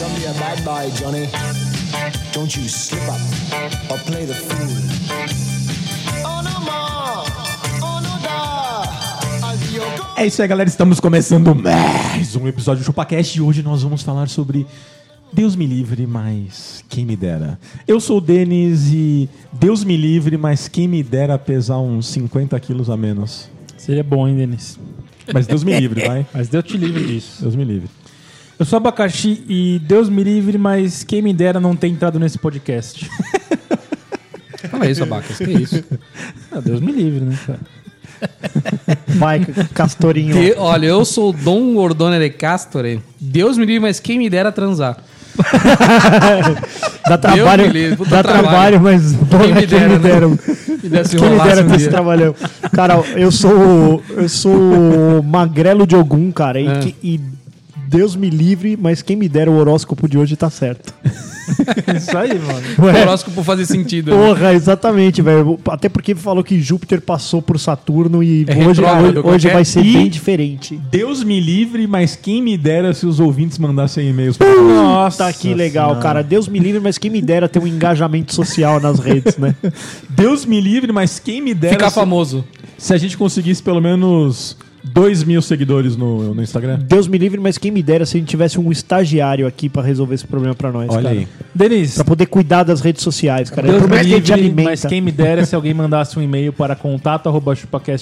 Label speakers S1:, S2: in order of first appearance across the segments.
S1: Don't be a bad boy, Johnny. Don't you slip up or play the fool. Oh no more, oh no da, I'll be your girl.
S2: É isso aí, galera. Estamos começando mais um episódio do ChupaCast e hoje nós vamos falar sobre Deus me livre, mas quem me dera. Eu sou o Denis e Deus me livre, mas quem me dera pesar uns 50 quilos a menos.
S3: Seria bom, hein, Denis?
S2: Mas Deus me livre, vai.
S3: Mas Deus te livre disso.
S2: Deus me livre.
S3: Eu sou abacaxi e Deus me livre, mas quem me dera não ter entrado nesse podcast.
S4: Fala isso, Abacas, que é isso?
S3: Ah, Deus me livre, né, cara?
S5: Vai, Castorinho.
S4: De- olha, eu sou o Dom Ordone de Castore. Deus me livre, mas quem me dera transar.
S5: Dá trabalho,
S4: me livre, puta
S5: dá
S4: trabalho.
S5: trabalho, mas bom,
S4: Quem me
S5: é que
S4: dera,
S5: me
S4: né?
S5: deram.
S4: Me desse
S5: Quem me
S4: rolaço
S5: dera
S4: um
S5: ter esse
S4: dia.
S5: trabalhão. Cara, eu sou eu sou o magrelo de algum, cara, e,
S4: Ah.
S5: que- e Deus me livre, mas quem me dera o horóscopo de hoje tá certo.
S3: Isso aí, mano.
S4: O
S5: Ué,
S4: horóscopo fazer sentido. né?
S5: porra, exatamente, velho. Até porque falou que Júpiter passou por Saturno e
S4: É
S5: hoje,
S4: retrógrado,
S5: hoje,
S4: qualquer-
S5: vai ser
S2: E-
S5: bem diferente.
S2: Deus me livre, mas quem me dera se os ouvintes mandassem e-mails pra
S5: Nossa, que Tá legal, cara. Deus me livre, mas quem me dera ter um engajamento social nas redes, né?
S2: Deus me livre, mas quem me dera
S5: assim.
S4: Ficar
S2: se,
S4: famoso.
S2: se a gente conseguisse pelo menos 2 mil seguidores no, no Instagram.
S5: Deus me livre, mas quem me dera se a gente tivesse um estagiário aqui pra resolver esse problema pra nós,
S2: Olha
S5: cara.
S2: aí.
S3: Denis,
S5: Pra poder cuidar das redes sociais, cara.
S3: Deus
S5: é
S3: me
S5: problema que a gente
S3: livre,
S5: alimenta.
S3: mas quem me dera se alguém mandasse um e-mail para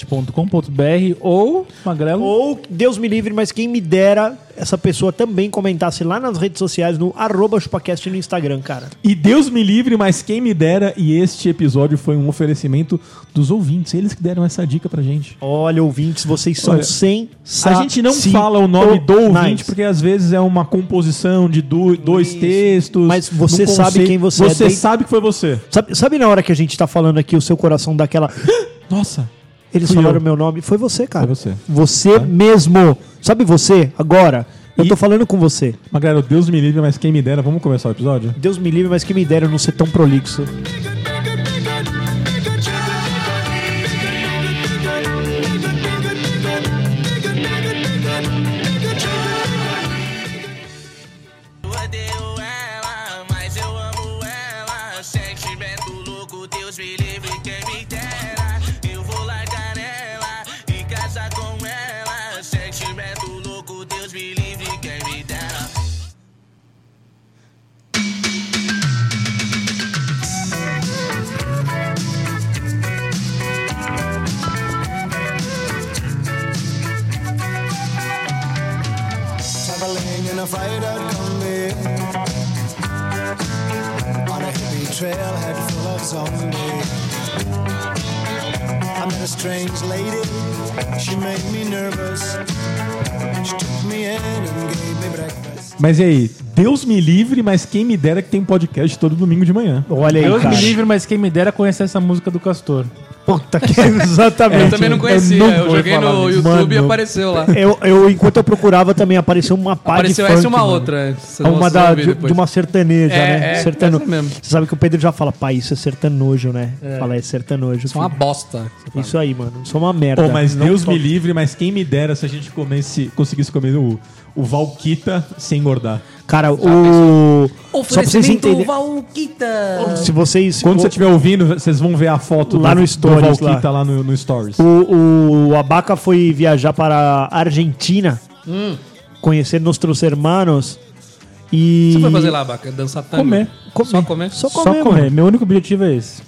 S3: contato.chupacast.com.br ou, Magrelo,
S5: Ou Deus me livre, mas quem me dera essa pessoa também comentasse lá nas redes sociais, no arroba chupacast no Instagram, cara.
S2: E Deus me livre, mas quem me dera. E este episódio foi um oferecimento dos ouvintes. Eles que deram essa dica pra gente.
S5: Olha, ouvintes, vocês são
S2: Olha,
S5: sem
S2: A gente não fala o nome do ouvinte porque às vezes é uma composição de du- dois textos.
S5: Mas você
S2: num
S5: sabe
S2: conceito.
S5: quem você é
S2: Você
S5: dentro-
S2: sabe que foi você.
S5: Sabe, sabe na hora que a gente tá falando aqui, o seu coração dá aquela...
S2: Nossa.
S5: Eles
S2: Fui
S5: falaram
S2: eu.
S5: meu nome. Foi você, cara.
S2: Foi você. Tá?
S5: Você mesmo. Sabe você? Agora. Eu
S2: E-
S5: tô falando com você.
S2: Mas galera, Deus me livre, mas quem me dera. Vamos começar o episódio?
S5: Deus me livre, mas quem me dera eu não ser tão prolixo.
S6: Odeio ela, mas eu amo ela. Sentimento louco, Deus me livre, quem me dera. Eu vou largar ela e casar com ela. Sentimento louco, Deus me livre, quem me dera.
S1: Traveling in a freighter combi On a hippie trailhead full of zombies I met a strange lady, she made me nervous She took me in and gave me breakfast
S2: Mas e aí? Deus me livre, mas quem me dera que tem um podcast todo domingo de manhã.
S5: Olha aí,
S3: Deus
S5: cara.
S3: me livre, mas quem me dera conhecer essa música do Castor.
S5: Puta que exatamente.
S4: É, Eu também não conhecia.
S3: nunca
S4: Eu,
S3: ouvi
S4: joguei
S3: falar
S4: no
S3: disso.
S4: YouTube e
S5: Mano.
S4: apareceu lá.
S5: Eu, eu, enquanto eu procurava também, apareceu uma pá
S4: Apareceu
S5: de funk,
S4: essa e uma
S5: mano. É
S4: outra. né? Vocês vão
S5: Uma da-
S4: ouvir
S5: de,
S4: depois.
S5: de uma sertaneja,
S4: É,
S5: né?
S4: é,
S5: Sertano...
S4: essa mesmo.
S5: Você sabe que o Pedro já fala, pai, isso é sertanojo, né? Fala, é sertanojo.
S4: Sou uma bosta.
S5: Isso aí, mano. Isso é uma merda.
S2: Pô, mas
S5: Não
S2: Deus
S5: toca.
S2: me livre, mas quem me dera se a gente comesse, conseguisse comer o, o Valquita sem engordar.
S5: Cara, o... Só pra vocês entenderem...
S4: Valquita.
S5: Se vocês...
S2: Quando
S5: o-
S2: você estiver ouvindo, vocês vão ver a foto
S5: Lá
S2: do,
S5: no Stories,
S2: do Valquita lá, no, no Stories.
S5: O, o Abaca foi viajar para a Argentina,
S3: Hum.
S5: conhecer nossos hermanos e...
S4: Você foi fazer lá, Baca? Dançar tango?
S3: Comer.
S4: Só comer?
S5: Só
S3: Só
S5: comer,
S3: comer.
S5: mano.
S3: Meu único objetivo é esse.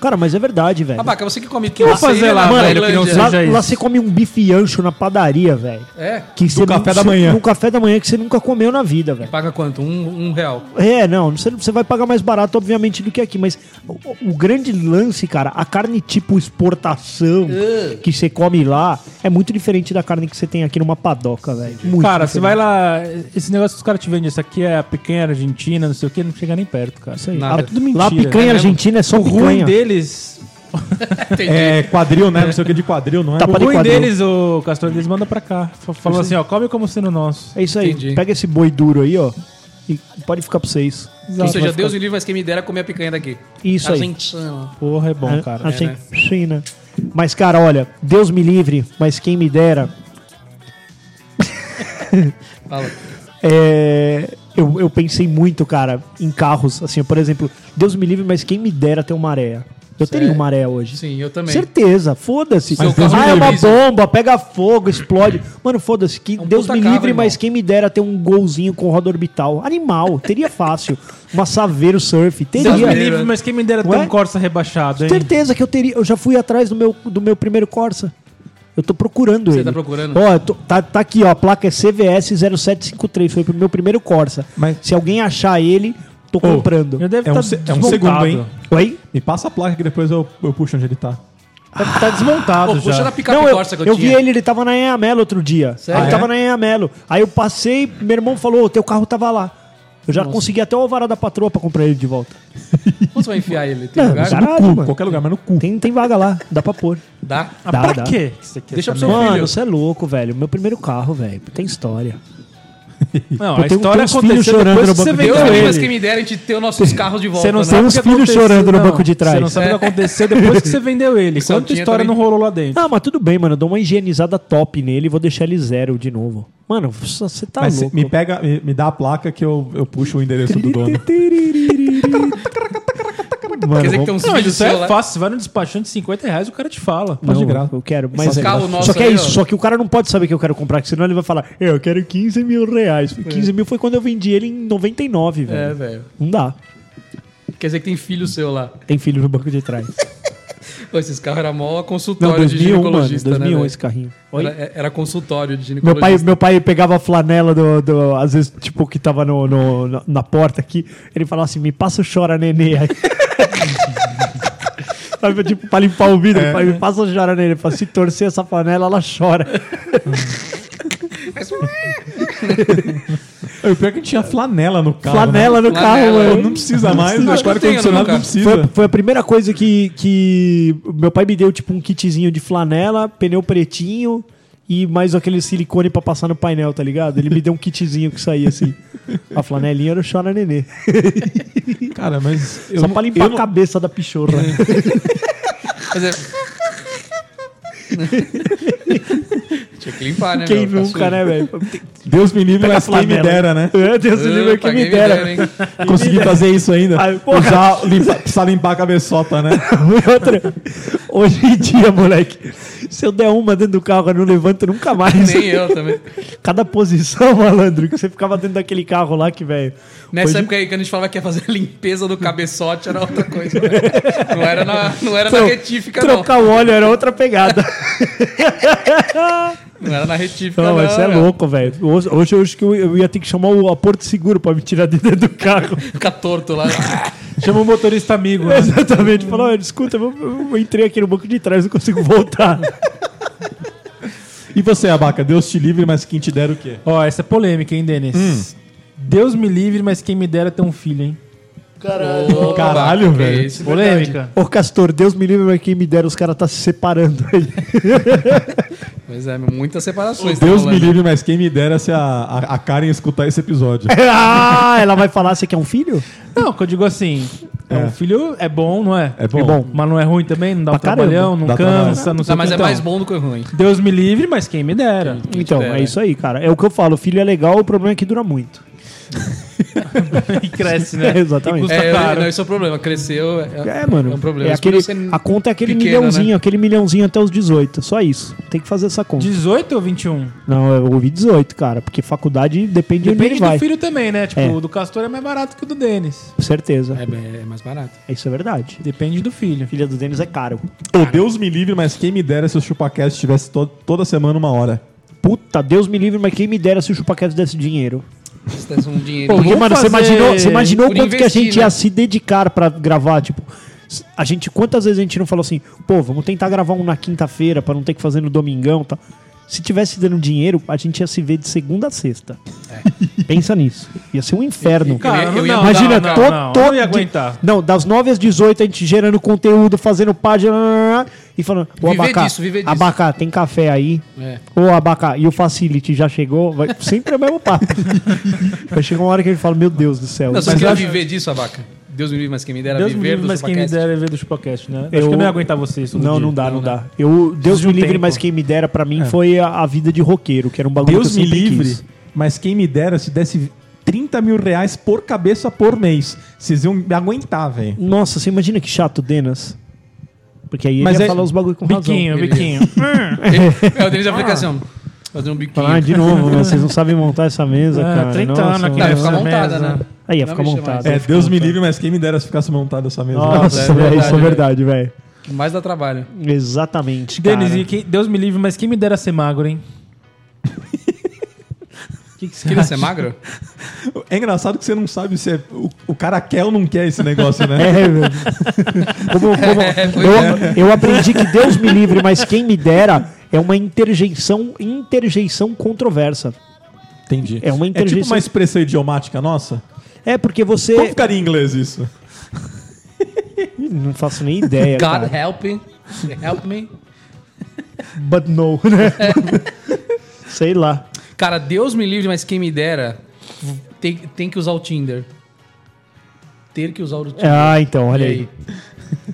S5: Cara, mas é verdade, velho.
S4: Abaca, você que come tudo.
S3: eu vou fazer lá, velho, que não
S5: Lá,
S3: seja
S5: lá
S3: isso.
S5: você come um bife ancho na padaria, velho.
S4: É?
S5: Que você
S2: café
S5: nu-
S2: da
S5: você-
S2: manhã.
S5: No café da manhã que você nunca comeu na vida, velho.
S4: Paga quanto? Um, um real.
S5: É, não, você, você vai pagar mais barato, obviamente, do que aqui, mas o, o grande lance, cara, a carne tipo exportação
S3: É.
S5: que você come lá é muito diferente da carne que você tem aqui numa padoca, velho. Muito
S3: Cara,
S5: diferente.
S3: você vai lá. Esse negócio que os caras te vendem, isso aqui é a picanha argentina, não sei o que, não chega nem perto, cara. Isso aí.
S4: Nada.
S3: É tudo mentira.
S5: Ah, Lá a picanha
S4: É mesmo?
S5: argentina é só
S3: O ruim
S5: picanha.
S3: deles.
S4: Entendi.
S2: É quadril, né? Não sei o que de quadril, não é?
S5: Tá
S3: O
S5: Pode
S3: ruim
S5: quadril.
S3: deles, o Castor, eles mandam pra cá. Fa- Falou assim, ó, come como sendo nosso.
S5: É isso aí.
S4: Entendi.
S5: Pega esse boi duro aí, ó, e pode ficar pra vocês.
S4: Ou seja, Deus me livre, mas quem me dera comer a picanha daqui.
S5: Isso aí.
S4: Argentina.
S3: Porra, é bom,
S5: É,
S3: cara.
S5: assim,
S4: É, né?
S5: sim, né? Mas, cara, olha, Deus me livre, mas quem me dera.
S4: Fala.
S5: É, eu, eu pensei muito, cara, em carros. Assim, por exemplo, Deus me livre, mas quem me dera ter uma areia. Eu teria uma areia hoje.
S4: é- Sim, eu também.
S5: Certeza, foda-se.
S4: Seu carro
S5: Ah, é
S4: me
S5: uma
S4: livre.
S5: bomba, pega fogo, explode. Mano, foda-se. Que
S4: É um
S5: Deus
S4: puta
S5: me
S4: carro,
S5: livre, mas
S4: irmão.
S5: quem me dera ter um golzinho com roda orbital. Animal, teria fácil. uma Saveiro Surf, teria.
S3: Deus me
S4: Brasileiro,
S3: livre,
S4: né?
S3: mas quem me dera ter
S5: Ué?
S3: um Corsa rebaixado, hein?
S5: Certeza que eu teria. Eu já fui atrás do meu, do meu primeiro Corsa. Eu tô procurando
S4: Você
S5: ele.
S4: tá procurando?
S5: Ó, eu tô- tá, tá aqui, ó. A placa é CVS 0753. Foi pro meu primeiro Corsa.
S2: Mas-
S5: Se alguém achar ele, tô comprando.
S3: Já deve
S2: É um
S3: tá
S2: se- é um
S3: desmontado.
S2: segundo, hein?
S5: Oi?
S2: Me passa a placa que depois eu, eu puxo onde ele tá.
S3: Deve É. tá desmontado
S4: Pô,
S3: já.
S4: puxa na picape
S5: eu,
S4: corsa que eu,
S5: eu vi
S4: tinha.
S5: ele, ele tava na Enhamelo outro dia.
S4: Sério?
S5: Ele
S4: Ah,
S5: tava
S4: é?
S5: na Enhamelo. Aí eu passei, meu irmão falou, "Ô, teu carro tava lá. Eu já consegui até o alvará da patroa pra comprar ele de volta.
S4: Onde você vai enfiar ele? Tem
S5: Não,
S4: lugar?
S5: já- Caralho,
S2: no cu,
S5: mano.
S2: qualquer lugar, mas no cu.
S5: Tem, tem vaga lá, dá pra pôr.
S4: Dá.
S3: Ah,
S5: Dá,
S3: pra
S5: dá.
S3: quê? que você quer
S4: Deixa pro
S3: essa
S4: seu
S3: merda?
S4: filho.
S5: Mano, você é louco, velho. Meu primeiro carro, velho. Tem história.
S3: Não,
S5: Pô,
S3: a
S5: tem-
S3: história
S5: tem uns filhos
S3: aconteceu
S5: chorando
S3: depois
S5: no
S3: que você
S5: banco de
S3: vendeu
S4: Deus me
S5: trás.
S4: livre, mas
S3: ele.
S4: quem me dera, a gente ter os nossos carros de volta.
S3: Você não
S4: né?
S3: sabe
S5: uns
S3: o que
S5: filhos
S3: aconteceu,
S5: chorando no
S3: não.
S5: banco de trás.
S3: Você não sabe o
S4: É.
S3: que aconteceu depois que você vendeu ele.
S4: Só
S3: Quanta
S4: tinha
S3: história
S4: também.
S3: não rolou lá dentro?
S5: Ah, mas tudo bem, mano. Eu dou uma higienizada top nele e vou deixar ele zero de novo. Mano, você tá
S2: Mas
S5: louco.
S2: me pega, me, me dá a placa que eu, eu puxo o endereço do dono.
S4: Quer dizer que tem uns
S3: Não, mas
S4: filhos
S3: isso aí
S4: seus
S3: é
S4: lá.
S3: fácil. Você vai no despachante de 50 reais e o cara te fala.
S2: Mas de
S5: Não,
S2: graça.
S5: Eu quero, mas
S4: Esses carros
S5: Só
S4: nossos
S5: que é
S4: aí,
S5: isso,
S4: ó.
S5: só que o cara não pode saber que eu quero comprar, que senão ele vai falar, "É, eu quero 15 mil reais.
S2: É.
S5: 15 mil foi quando eu vendi ele em 99,
S4: É,
S5: velho.
S4: velho.
S5: Não dá.
S4: Quer dizer que tem filho seu lá.
S5: Tem filho no banco de trás.
S4: Pô, esses carros eram mó
S5: Não,
S4: consultório de
S5: 2001, mano.
S4: ginecologista,
S5: 2001
S4: né?
S5: esse carrinho.
S4: velho? Era, é, era consultório de
S5: Meu pai,
S4: ginecologista.
S5: meu pai pegava a flanela do, do- Às vezes, tipo, que tava no, no- na- na porta aqui. Ele falava assim: me passa o chora, nenê. Aí- Sabe, tipo, pra limpar o
S2: É.
S5: vidro. ele fala, me passa o chora, nenê. Ele fala: se torcer essa flanela, ela chora.
S2: Eu pior que tinha flanela no carro.
S5: flanela no carro,
S4: Flanela.
S2: Né?
S5: mano.
S2: Não precisa mais,
S4: Acho
S2: o
S4: que eu
S2: ar
S4: tenho, não,
S2: condicionado
S4: cara.
S2: não
S5: Foi,
S2: precisa.
S5: foi a primeira coisa que, que meu pai me deu, tipo, um kitzinho de flanela, pneu pretinho e mais aquele silicone pra passar no painel, tá ligado? Ele me deu um kitzinho que saía assim. A flanelinha era o chora nenê.
S2: Cara, mas eu
S5: Só
S2: não-
S5: Tá pra
S2: eu
S5: limpar
S2: não-
S5: a cabeça da pichorra.
S4: Quer dizer- Tinha que limpar, né?
S5: Quem
S4: meu? Tá
S5: nunca,
S4: sujo.
S5: né, velho?
S2: Deus me livre,
S5: Pega
S2: mas
S5: a
S2: quem me
S5: flanela.
S2: dera, né?
S5: É, Deus
S4: Ah,
S5: me livre, quem
S4: pra
S5: me dera.
S4: hein?
S2: Consegui fazer isso ainda.
S5: Ai, porra.
S2: Usar- limpa- precisar limpar a cabeçota, né?
S5: Outra. Hoje em dia, moleque, se eu der uma dentro do carro, eu não levanto nunca mais.
S4: Nem eu também.
S5: Cada posição, malandro, que você ficava dentro daquele carro lá que, velho.
S4: Nessa
S5: hoje-
S4: época aí, quando a gente falava que ia fazer a limpeza do cabeçote, era outra coisa. né? Não era na, não era na
S5: Tro-
S4: retífica, não.
S5: Então, Trocar o óleo era outra pegada.
S4: Não era na retífica,
S5: Não,
S4: não.
S5: mas você é
S4: meu.
S5: louco, velho. Hoje, hoje eu acho que eu- eu ia ter que chamar o a Porto Seguro pra me tirar de dentro do carro.
S4: Fica torto lá.
S3: Chama o motorista amigo. né?
S5: Exatamente. Falar, olha, escuta, eu, eu entrei aqui no banco de trás, não consigo voltar.
S2: E você, Abaca, Deus te livre, mas quem te dera o quê?
S3: Ó, essa é polêmica, hein, Denis?
S5: Hum.
S3: Deus me livre, mas quem me dera ter um filho, hein?
S4: Caralho,
S2: Caralho, velho.
S4: é
S3: Polêmica.
S5: Ô, Castor, Deus me livre, mas quem me dera, os caras tá se separando aí.
S4: Pois é, meu, muitas separações. tá
S2: Deus me
S4: rolando.
S2: livre, mas quem me dera se a, a, a Karen escutar esse episódio.
S5: ah, ela vai falar, você quer um filho?
S3: Não, que eu digo assim, é. um filho é bom, não é?
S2: É bom.
S3: Mas não é ruim também, não dá um
S5: Pra caramba.
S3: trabalhão, não
S2: Dá
S3: cansa, não sei
S4: Não,
S3: o
S4: mas
S3: que
S4: é
S3: então.
S4: mais bom do que ruim.
S3: Deus me livre, mas quem me dera.
S5: Então,
S4: dera.
S5: é isso aí, cara. É o que eu falo, filho é legal, o problema é que dura muito.
S3: E cresce, né?
S5: É, exatamente.
S4: É, eu- não, isso é o problema. Cresceu. É,
S5: É, mano.
S4: É um problema.
S5: é
S4: Os
S5: aquele,
S4: filhos serem
S5: a conta é aquele
S4: pequena,
S5: milhãozinho,
S4: né?
S5: aquele milhãozinho até os 18. Só isso. Tem que fazer essa conta.
S3: 18 ou 21?
S5: Não, eu ouvi 18, cara, porque faculdade depende, de onde ele
S3: Depende do
S5: vai.
S3: filho também, né? Tipo,
S5: É.
S3: o do Castor é mais barato que o do Denis.
S5: Com certeza.
S4: É, bem- é mais barato.
S5: Isso é verdade.
S3: Depende do filho.
S5: Filha do Denis é caro.
S2: Ô, Deus me livre, mas quem me dera se o ChupaCast tivesse to- toda semana uma hora.
S5: Puta, Deus me livre, mas quem me dera se o Chupaquetes desse dinheiro.
S4: Se desse um dinheiro.
S5: Porque, mano, você imaginou, você imaginou
S4: por
S5: quanto que a
S4: investir,
S5: gente
S4: né?
S5: ia se dedicar pra gravar, tipo. s- A gente, quantas vezes a gente não falou assim, pô, vamos tentar gravar um na quinta-feira pra não ter que fazer no domingão, tá? Se tivesse dando dinheiro, a gente ia se ver de segunda a sexta. Pensa nisso. Ia ser um inferno.
S4: Cara, eu ia-
S5: Imagina,
S3: não,
S5: todo.
S3: não, não, não ia aguentar.
S5: Não, das 9 às 18 a gente gerando conteúdo, fazendo página e falando, ô
S4: Viver
S5: Abacá,
S4: disso, viver disso.
S5: Abacá, tem café aí?
S4: É.
S5: Ô Abacá, e o Facility já chegou? Vai, sempre é o mesmo papo. Vai chegar uma hora que ele fala, meu Deus do céu.
S4: Não, você
S5: Mas
S4: queria
S5: eu-
S4: viver disso, abaca? Deus me livre, mas quem me dera
S3: Deus me
S4: viver
S3: livre,
S4: do
S3: mas quem me
S4: Chupacast.
S3: dera é ver do Chupacast, né?
S5: Eu-
S3: Acho que eu não ia aguentar vocês todo
S5: não,
S3: dia.
S5: não dá, não,
S4: Não,
S5: dá. Eu, Deus
S3: de
S5: me
S3: um
S5: livre,
S3: tempo.
S5: mas quem me dera pra mim foi a, a vida de roqueiro, que era um bagulho
S2: Deus
S5: que
S2: me
S5: eu sempre
S2: livre,
S5: quis.
S2: mas quem me dera se desse 30 mil reais por cabeça por mês. Vocês iam me aguentar, velho.
S5: Nossa, você imagina que chato o Denas? Porque aí ele
S2: Mas
S5: ia
S2: é-
S5: falar os bagulho com razão.
S3: Biquinho,
S4: Beleza.
S3: biquinho.
S5: Hum.
S4: É, o Denis de aplicação. Fazer um biquinho.
S5: Ah, de novo, né? vocês não sabem montar essa mesa,
S3: É,
S5: cara.
S3: 30
S5: Nossa,
S3: anos aqui
S4: Não, ia
S3: nessa
S4: ficar montada,
S3: mesa.
S4: né?
S5: Aí ia
S4: Não
S5: ficar
S4: mexer
S5: montado.
S4: mais.
S2: É, Deus me livre, mas quem me dera se ficasse montado essa mesa.
S5: Nossa,
S4: é
S5: velho, isso é
S4: verdade,
S5: verdade, velho.
S4: Que mais dá trabalho.
S5: Exatamente, cara.
S3: Denis, e quem- Deus me livre, mas quem me dera ser magro, hein?
S4: Que que você queria ser magro?
S2: É engraçado que você não sabe se é- o, o cara quer ou não quer esse negócio, né?
S5: É, velho. Como- como-
S4: pois
S5: eu, eu aprendi que Deus me livre, mas quem me dera é uma interjeição, interjeição controversa.
S2: Entendi.
S5: É uma
S2: É tipo
S5: interjeição.
S2: uma expressão idiomática nossa.
S5: É porque
S2: Como
S5: você.
S2: ficaria em inglês isso?
S5: Não faço nem ideia.
S4: God
S5: Cara.
S4: help me. Help me.
S5: But no, né? Sei lá.
S4: Cara, Deus me livre, mas quem me dera tem, tem que usar o Tinder. Ter que usar o Tinder.
S5: Ah, então, olha
S4: E
S5: aí.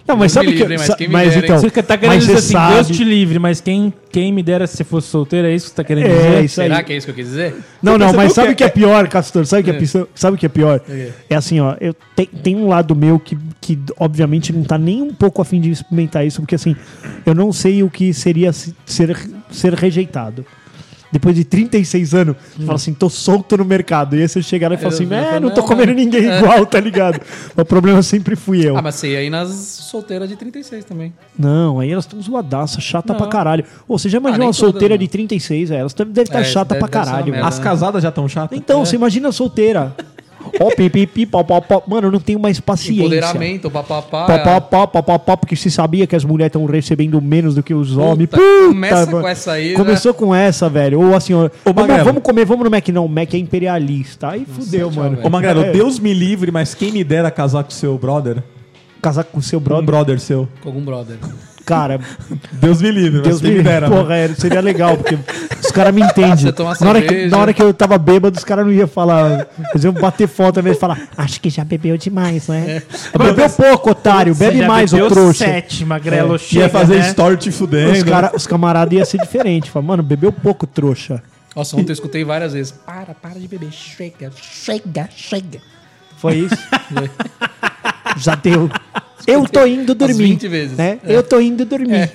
S5: Não, mas
S4: Deus me
S5: sabe que.
S4: livre, mas
S5: sa-
S4: quem me
S5: mas
S4: dera, hein?
S5: então.
S3: Você tá querendo
S5: mas
S3: dizer
S5: você
S3: assim,
S5: sabe.
S3: Deus te livre, mas quem, quem me dera se fosse solteiro, é isso que você tá querendo dizer?
S5: É, isso aí.
S4: Será que é isso que eu quis dizer?
S5: Não, não,
S2: percebeu
S5: mas sabe o
S2: que
S5: que é pior, Castor? Sabe o que é, pior? sabe o que é pior? É assim, ó, eu te- tem um lado meu que, que obviamente não tá nem um pouco afim de experimentar isso, porque assim, eu não sei o que seria se- ser, ser rejeitado. Depois de 36 anos, você fala assim, tô solto no mercado. E aí você chega lá e fala
S4: Eu-
S5: assim,
S4: eu
S5: é,
S4: falo,
S5: não tô
S4: não,
S5: comendo ninguém igual, tá ligado? o problema sempre fui eu.
S4: Ah, mas você ia aí nas solteiras de 36 também.
S5: Não, aí elas estão zoadaças, chata pra caralho. Ô, você já imaginou
S4: Ah, nem
S5: uma
S4: todas,
S5: solteira
S4: não.
S5: de 36, velho? elas devem estar
S4: É,
S5: chata
S4: deve-
S5: pra
S4: deve ser uma
S5: caralho,
S4: merda.
S2: As casadas já estão chatas?
S5: né? Então,
S4: É.
S5: você imagina solteira. Ó, pi, pi, pi, pó, pó, pó. Mano, eu não tenho mais paciência.
S4: Empoderamento, ah. papapá.
S5: Pó, pó, pó, pó, pó, pó, porque se sabia que as mulheres estão recebendo menos do que os homens.
S4: começa
S5: mano.
S4: com essa aí, né?
S5: Começou com essa, velho. Ou assim, ó, vamos,
S2: Magrelo.
S5: vamos comer, vamos no Mac. Não, o Mac é imperialista. Aí fudeu, mano.
S2: Ô, Magrelo,
S5: É,
S2: Deus me livre, mas quem me dera casar com seu brother?
S5: Casar com seu
S2: Um
S5: brother.
S2: brother seu.
S4: Com algum brother.
S2: Hum.
S5: Cara,
S2: Deus me livre, mas
S5: Deus
S2: quem
S5: me
S2: me né? dera. mano.
S5: Porra, é, seria legal, porque os caras me entendem.
S4: Você toma
S5: Na hora, que,
S4: cerveja.
S5: na hora que eu tava bêbado, os caras não iam falar. Eles iam bater foto mesmo e falar: Acho que já bebeu demais,
S4: É.
S5: né? Bebeu pouco, otário.
S3: Você
S5: Bebe
S3: já
S5: mais, ô
S3: bebeu
S5: trouxa. É,
S3: sete, magrelo,
S2: Que ia
S3: chega,
S2: fazer
S3: né?
S2: story te
S5: Os,
S2: fudendo.
S5: cara, os camaradas iam ser diferente. Fala, mano, bebeu pouco, trouxa.
S4: Nossa, ontem eu escutei várias vezes. Pá,
S7: Para, para de beber. Chega, chega, chega.
S5: Foi isso? já deu. Eu tô indo dormir.
S4: 20 vezes. É.
S5: Né? Eu tô indo dormir.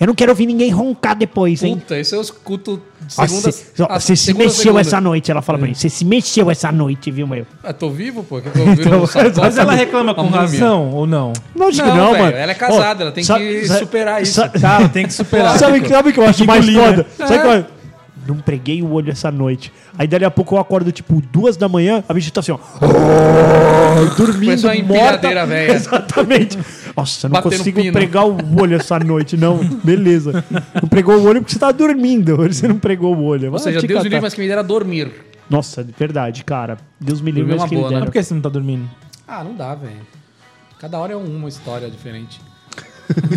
S5: Eu não quero ouvir ninguém roncar depois, hein?
S4: Puta, isso eu escuto
S5: Ah,
S4: segunda.
S5: cê- ó,
S4: a-
S5: Você se
S4: segunda,
S5: mexeu
S4: segunda. É.
S5: essa noite, ela fala pra mim. Você se mexeu essa noite, viu, meu?
S4: Ah, tô vivo, pô. que eu tô ouvindo
S5: Então,
S4: um saco-
S3: Mas ela reclama com
S4: Uma múmia.
S3: razão ou não?
S5: Lógico
S4: Não, velho, ela é casada, ela tem que superar isso.
S3: Tá, tem que superar.
S5: sabe, o que- sabe o que eu acho mais
S2: engolir,
S5: foda?
S4: É.
S5: Sabe que eu... Não preguei o olho essa noite. Aí dali a pouco eu acordo, tipo, duas da manhã, a bicha tá assim, ó.
S4: Parece
S5: dormindo,
S4: uma
S5: morta.
S4: empilhadeira velha.
S5: Exatamente. Nossa, eu não
S4: Batendo
S5: consigo
S4: pino.
S5: pregar o olho essa noite, não. Beleza. Não pregou o olho porque você tava dormindo. Você não pregou o olho.
S4: Ou seja, Deus me livre, mas que me dera dormir.
S5: Nossa, de verdade, cara. Deus me livre,
S4: Dormiu
S5: mas
S4: uma
S5: quem
S4: boa, né?
S5: dera.
S3: Mas por que você não tá dormindo?
S5: Então,
S4: Ah, não dá, velho. Cada hora é uma história diferente.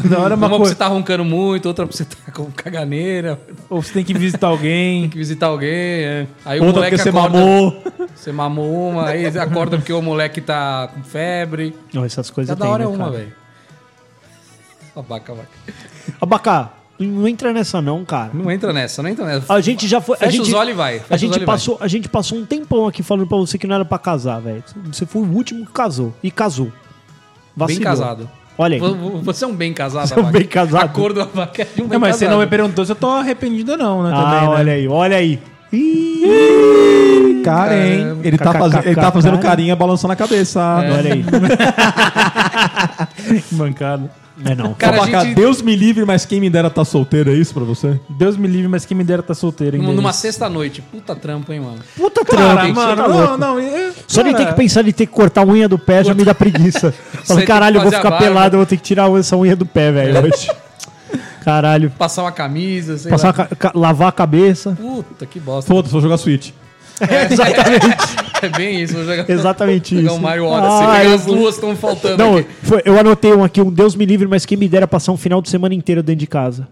S3: Da hora é
S4: Uma,
S3: uma
S4: que você
S3: coisa.
S4: tá roncando muito, outra que você tá com caganeira, tem
S3: Ou você tem que visitar alguém.
S4: que visitar alguém. é. Aí o
S2: Outra
S4: moleque
S2: porque você
S4: acorda,
S2: mamou.
S4: Você mamou uma, aí acorda porque o moleque tá com febre.
S5: Não, essas coisas
S4: Cada é
S5: tem,
S4: hora é
S5: né,
S4: uma,
S5: cara?
S4: velho. Abaca, abaca.
S5: Abacá, Não entra nessa não, cara.
S4: Não entra nessa, não entra nessa.
S5: A gente já foi. a
S4: Fecha
S5: gente-
S4: os olhos e vai. Fecha
S5: A
S4: os olhos
S5: gente,
S4: e vai.
S5: passou, a gente passou um tempão aqui falando pra você que não era pra casar, velho. Você foi o último que casou. E casou.
S4: Bem
S5: Vacilou.
S4: casado.
S5: Olha aí.
S4: Vo- vo- Você é um bem casado,
S5: Você é um
S4: Abaca.
S5: bem casado.
S4: A cor do Abaca é de um bem
S3: Não, mas você
S4: casado.
S3: não me perguntou se eu tô arrependido, não, né?
S5: Ah,
S3: também, né?
S5: olha aí, olha aí. Ih,
S2: Cara, hein? Ele tá,
S5: Caramba.
S2: faz- ele tá fazendo
S5: Caralho.
S2: carinha balançando a cabeça.
S5: É, Olha aí.
S3: Mancado.
S5: É não.
S4: Cara, a
S2: Abaca,
S4: gente,
S2: Deus me livre, mas quem me dera tá solteiro, é isso pra você?
S3: Deus me livre, mas quem me dera tá solteiro, hein?
S4: num-
S3: Denis?
S4: numa sexta-noite, puta trampo, hein, mano.
S5: Puta
S3: Cara,
S5: trampa, hein? Você
S3: mano,
S5: tá louco.
S3: não, não. é-
S5: Só de
S3: cara,
S5: ter que pensar de ter que cortar a unha do pé já me dá preguiça.
S4: tem
S5: Fala,
S4: que
S5: caralho, eu vou
S4: fazer a
S5: ficar
S4: barba.
S5: pelado, eu vou ter que tirar essa unha do pé, velho, hoje. Caralho.
S4: Passar uma camisa, sei
S5: Passar
S4: lá.
S5: a ca- ca- lavar a cabeça.
S4: Puta, que bosta.
S2: Foda-se, vou jogar Switch.
S4: É bem isso, vou jogar.
S5: Exatamente
S4: Jogar
S5: isso.
S4: o Mario Odyssey.
S5: Ah,
S4: um assim, pegar
S5: eu-
S4: as duas que estão faltando
S5: Não,
S4: aqui.
S5: foi- eu anotei um aqui, um Deus me livre, mas quem me dera passar um final de semana inteiro dentro de casa.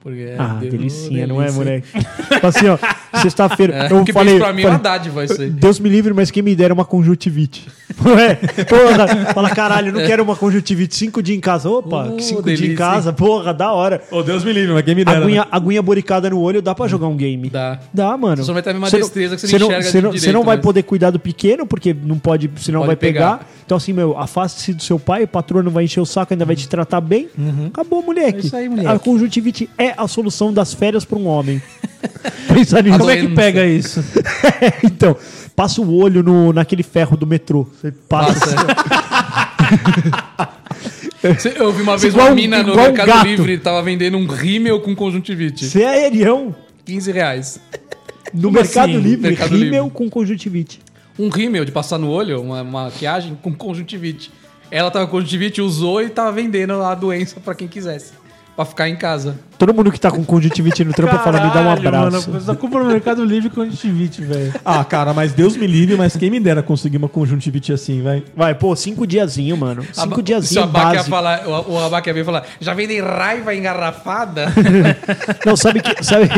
S4: Porque, é
S5: Ah,
S4: Deus,
S5: delicinha, não é,
S4: delícia.
S5: moleque? Tipo assim, ó, sexta-feira.
S4: É,
S5: eu
S4: o que
S5: falei.
S4: fez pra mim é uma
S5: falei,
S4: dádiva isso aí.
S5: Deus me livre, mas quem me dera uma conjuntivite. Ué, porra, fala, caralho, não quero uma conjuntivite. Cinco dias em casa. Opa,
S4: Oh,
S5: que cinco
S4: delícia,
S5: dias em casa, porra, da hora.
S2: Ô, Deus me livre, mas quem me dera.
S5: Aguinha, aguinha boricada no olho, dá pra jogar um game.
S4: Hum, Dá.
S5: Dá, mano.
S4: Você só vai ter uma
S5: Você não-
S4: destreza que você não
S5: você não,
S4: enxerga
S5: você não,
S4: direito,
S5: você não vai
S4: mas-
S5: poder cuidar do pequeno, porque não pode, senão
S4: Pode
S5: vai pegar.
S4: pegar.
S5: Então, assim, meu, afaste-se do seu pai, o patrono vai encher o saco, ainda vai te tratar bem.
S4: Uhum.
S5: Acabou, moleque.
S3: É isso aí, moleque.
S5: A conjuntivite é a solução das férias pra um homem. Pensar
S4: Tá
S5: nisso.
S3: Como é que pega isso?
S5: então, passa o olho no, naquele ferro do metrô. Você passa.
S4: Passa. Você- Eu vi uma vez
S5: Igual
S4: uma
S5: um-
S4: mina no
S5: igual um
S4: Mercado
S5: gato.
S4: Livre, tava vendendo um rímel com conjuntivite.
S5: Você é aerião.
S4: 15 reais.
S5: No
S3: Como
S5: Mercado
S3: assim?
S5: Livre,
S4: Mercado
S5: rímel
S4: Livre.
S5: com conjuntivite.
S4: Um rímel de passar no olho, uma uma maquiagem com conjuntivite. Ela tava com conjuntivite, usou e tava vendendo a doença pra quem quisesse. Pra ficar em casa.
S5: Todo mundo que tá com conjuntivite no trampo fala, me dá um
S3: Caralho,
S5: abraço.
S3: Mano, eu só compro no Mercado Livre com antivite, velho.
S2: Ah, cara, mas Deus me livre, mas quem me dera conseguir uma conjuntivite assim, vai.
S5: Vai, pô, cinco diazinho, mano. Cinco
S4: Aba- Se
S5: diazinho
S4: o Abaca ia
S5: básico.
S4: falar, o, o Abaca ia vir falar, já vendem raiva engarrafada?
S5: Não, sabe que sabe,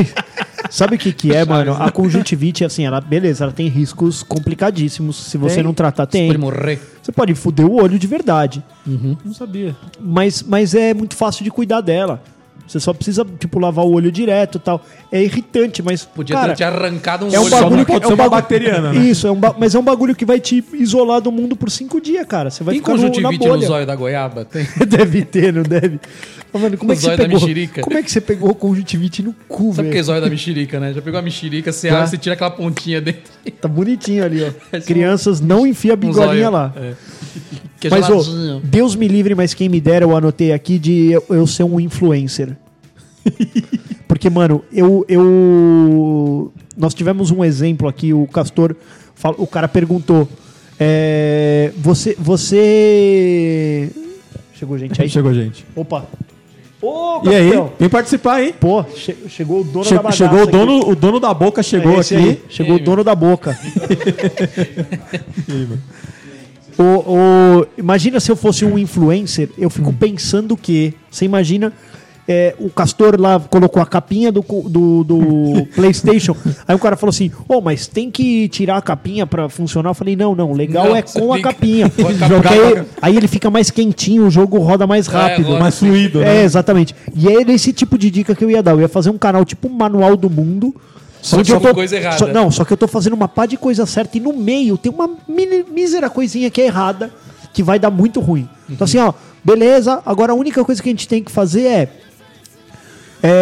S5: sabe o que que é, mano? A conjuntivite, assim, ela, beleza, ela tem riscos complicadíssimos se você não tratar. Tem.
S4: Pode morrer.
S5: Você pode foder o olho de verdade.
S4: Uhum.
S3: Não sabia.
S5: Mas, mas é muito fácil de cuidar dela. Você só precisa, tipo, lavar o olho direto e tal. É irritante, mas.
S4: Podia
S5: cara,
S4: ter te arrancado um
S5: é um
S4: olho.
S5: bagulho
S2: não
S5: que
S2: pode
S5: é
S2: ser
S5: um
S2: uma
S5: bagulho-
S2: bacteriana, né?
S5: Isso, é um ba- mas é um bagulho que vai te isolar do mundo por cinco dias, cara. Você vai
S4: Tem
S5: ficar no- na
S4: conjuntivite no
S5: bolha.
S4: zóio da goiaba? Tem.
S5: Deve ter, não deve. Mas, mano, como é que
S4: Zóio
S5: você
S4: da
S5: pegou?
S4: mexerica.
S5: Como é que você pegou conjuntivite no cu,
S4: Sabe o que é
S5: velho?
S4: zóio da mexerica, né? Já pegou a mexerica, você
S5: Já.
S4: abre, você tira aquela pontinha dentro.
S5: Tá bonitinho ali, ó.
S4: Parece
S5: Crianças, não enfia a
S4: Um
S5: bigolinha
S4: zóio.
S5: lá.
S4: É. Que é
S5: Mas, ô,
S4: geladinho.
S5: Deus me livre, mas quem me dera, eu anotei aqui de eu, eu ser um influencer. Porque, mano, eu, eu. Nós tivemos um exemplo aqui, o Castor. fal- O cara perguntou. é, você. Você. Chegou, gente. Aí.
S2: Chegou, gente.
S5: Opa! Ô,
S2: E aí,
S5: Castor!
S2: vem participar, hein?
S5: Pô, che- chegou o dono
S2: Che-
S5: da bagaça
S2: chegou o
S5: aqui.
S2: dono, o dono da boca chegou
S5: É
S2: aqui.
S5: esse aí. Chegou o dono da boca. o, o- imagina se eu fosse um influencer, eu fico pensando que. Você imagina. é, o Castor lá colocou a capinha do, co- do, do PlayStation. Aí o cara falou assim: Ô, mas tem que tirar a capinha pra funcionar. Eu falei: Não, não, legal
S4: Não,
S5: é
S4: você
S5: com a
S4: tem que-
S5: capinha.
S4: com a
S5: Porque
S4: capinha. É,
S5: aí, aí ele fica mais quentinho, o jogo roda mais rápido.
S4: roda
S2: Mais fluido,
S5: É,
S2: né?
S5: exatamente. E era esse tipo de dica que eu ia dar. Eu ia fazer um canal tipo um manual do mundo.
S4: Só que
S5: eu
S4: só com coisa errada.
S5: só- não, só que eu tô fazendo uma pá de coisa certa e no meio tem uma mini- mísera coisinha que é errada, que vai dar muito ruim.
S4: Uhum.
S5: Então assim, ó, beleza. Agora a única coisa que a gente tem que fazer é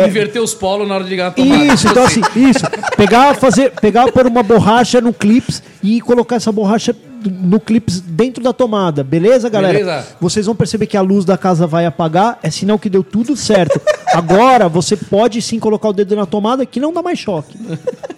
S4: Inverter os polos na hora de ligar a tomada.
S5: isso,
S4: Tipo
S5: então assim, isso. Pegar, fazer, pegar por uma borracha no clips e colocar essa borracha no clips dentro da tomada, beleza, galera?
S4: Beleza.
S5: Vocês vão perceber que a luz da casa vai apagar, é sinal que deu tudo certo. Agora você pode sim colocar o dedo na tomada que não dá mais choque.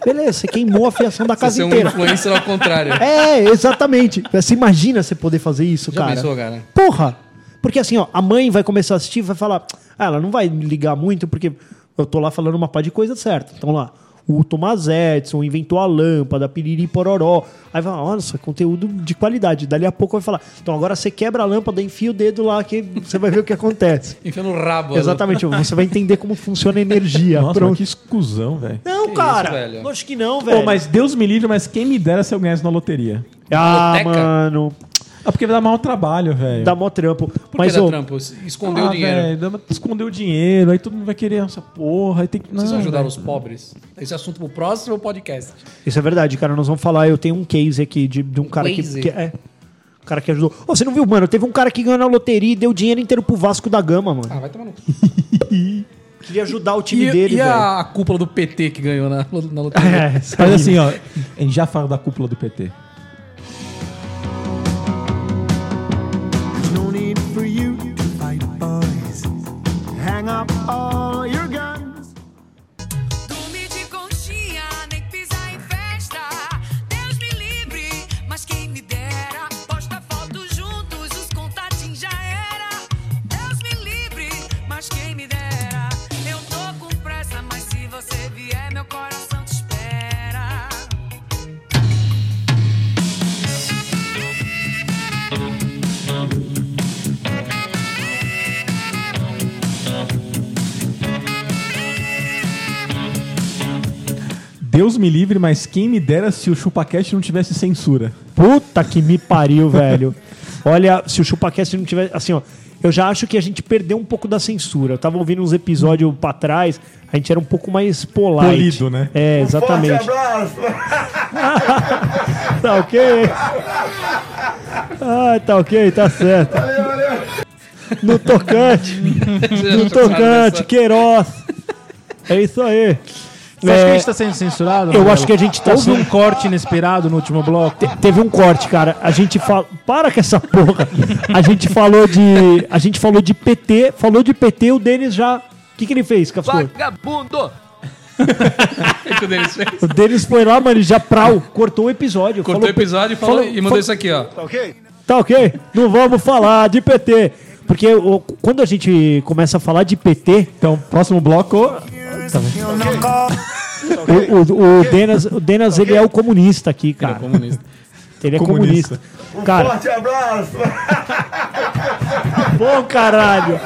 S5: Beleza, você queimou a fiação da
S4: Você
S5: casa
S4: ser um
S5: inteira.
S4: influencer ao contrário.
S5: É, exatamente. Você imagina você poder fazer isso,
S4: Já
S5: cara.
S4: pensou, cara?
S5: Porra! Porque assim, ó, a mãe vai começar a assistir e vai falar. Ah, ela não vai me ligar muito, porque eu tô lá falando uma pá de coisa certa. Então lá, o Thomas Edison inventou a lâmpada, piriri pororó. Aí vai, olha só, conteúdo de qualidade. Dali a pouco vai falar. Então agora você quebra a lâmpada, enfia o dedo lá, que você vai ver o que acontece.
S4: Enfiando o rabo.
S5: Exatamente, você vai entender como funciona a energia.
S2: Nossa, mas
S5: Pronto.
S2: que exclusão, velho.
S5: Não,
S4: Que é isso,
S5: cara.
S4: velho?
S5: acho que não,
S2: Ô,
S5: velho.
S2: mas Deus me livre, mas quem me dera se eu ganhasse na loteria.
S5: Ah,
S4: Loteca?
S5: mano.
S2: Ah, Ah, porque dá mau trabalho, velho.
S5: Dá mó trampo.
S4: Por
S5: mas,
S4: que dá
S5: ô,
S4: trampo? Escondeu o
S2: Ah,
S4: dinheiro.
S2: velho, dá- escondeu o dinheiro, aí todo mundo vai querer essa porra. Aí tem que.
S4: Vocês
S2: Não,
S4: ajudaram
S2: velho.
S4: os pobres? Esse é assunto pro próximo podcast.
S5: Isso é verdade, cara. Nós vamos falar. Eu tenho um case aqui de, de um cara que,
S4: Case?
S5: que- É. Um cara que ajudou. Ô, você não viu, mano? Teve um cara que ganhou na loteria e deu dinheiro inteiro pro Vasco da Gama, mano.
S4: Ah, vai tomar no cu.
S5: Queria ajudar o time
S4: E,
S5: dele,
S4: e
S5: velho.
S4: a, cúpula do PT que ganhou na, na loteria?
S5: É, isso
S2: Mas
S5: aí.
S2: assim, ó, a gente já fala da cúpula do PT.
S1: No need for you to fight, boys. Hang up all your guns.
S8: Dorme de conchinha, nem pisar em festa. Deus me livre, mas quem me dera. Posta foto juntos, os contatinhos já era. Deus me livre, mas quem me dera. Eu tô com pressa, mas se você vier, meu coração te espera.
S2: Deus me livre, mas quem me dera se o ChupaCast não tivesse censura.
S5: Puta que me pariu, velho. Olha, se o ChupaCast não tiver. Assim, ó. Eu já acho que a gente perdeu um pouco da censura. Eu tava ouvindo uns episódios pra trás, a gente era um pouco mais polite.
S2: Polido, né?
S5: É, exatamente. tá ok? Ah, tá ok, tá certo. No tocante. No tocante, Queiroz. É isso aí.
S3: Você acha que a
S5: É,
S3: gente tá sendo censurado?
S5: eu
S3: Manuel?
S5: acho que a gente tá
S3: Houve
S5: sendo-
S3: um corte inesperado no último bloco.
S5: Te- teve um corte, cara. A gente fala. Para com essa porra. A gente falou de. A gente falou de PT, falou de PT, o Denis já. O que, que ele fez, Cafô?
S6: Vagabundo!
S4: O que o Denis fez?
S5: O Denis foi lá, mano, e já prau, cortou o episódio.
S4: Cortou o
S5: falou-
S4: episódio e, falou,
S5: falou-
S4: e mandou
S5: falou-
S4: isso aqui, ó.
S5: Tá ok? Não vamos falar de PT. Porque o- quando a gente começa a falar de PT,
S2: Então, próximo bloco.
S5: o, o, o Denas, o Denas ele é o comunista aqui, cara. Ele é comunista.
S2: Comunista.
S5: Cara. forte abraço! Bom caralho!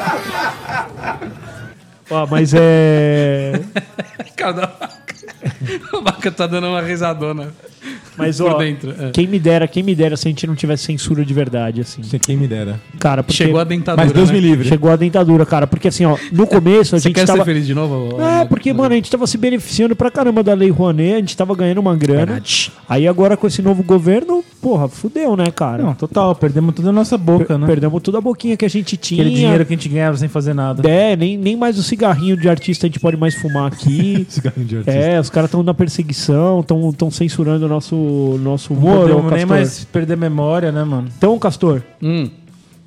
S5: Ó, mas é.
S4: Cara da vaca. A vaca tá dando uma risadona.
S5: Mas,
S4: Por
S5: ó,
S4: dentro, é.
S5: quem me dera, quem me dera se a gente não tivesse censura de verdade, assim.
S2: Você quem me dera.
S5: Cara, porque
S4: Chegou a dentadura,
S2: Mas Deus
S4: né?
S2: me livre.
S5: chegou a dentadura, cara. Porque assim, ó, no começo a
S4: Você
S5: gente
S4: quer
S5: tava.
S4: ser feliz de novo?
S5: É, porque, mano, a gente tava se beneficiando pra caramba da Lei Rouanet, a gente tava ganhando uma grana. Aí agora com esse novo governo, porra, fudeu, né, cara?
S3: Não, total, perdemos toda a nossa boca, né?
S5: Perdemos toda a boquinha que a gente tinha.
S3: Aquele dinheiro que a gente ganhava sem fazer nada.
S5: É, nem, nem mais o cigarrinho de artista a gente pode mais fumar aqui.
S2: Cigarrinho de artista.
S5: é, os caras estão na perseguição, estão censurando o nosso, nosso
S3: Não
S5: humor. ô,
S3: podemos nem
S5: Castor.
S3: mais perder memória, né, mano?
S5: Então, Castor,
S4: Hum.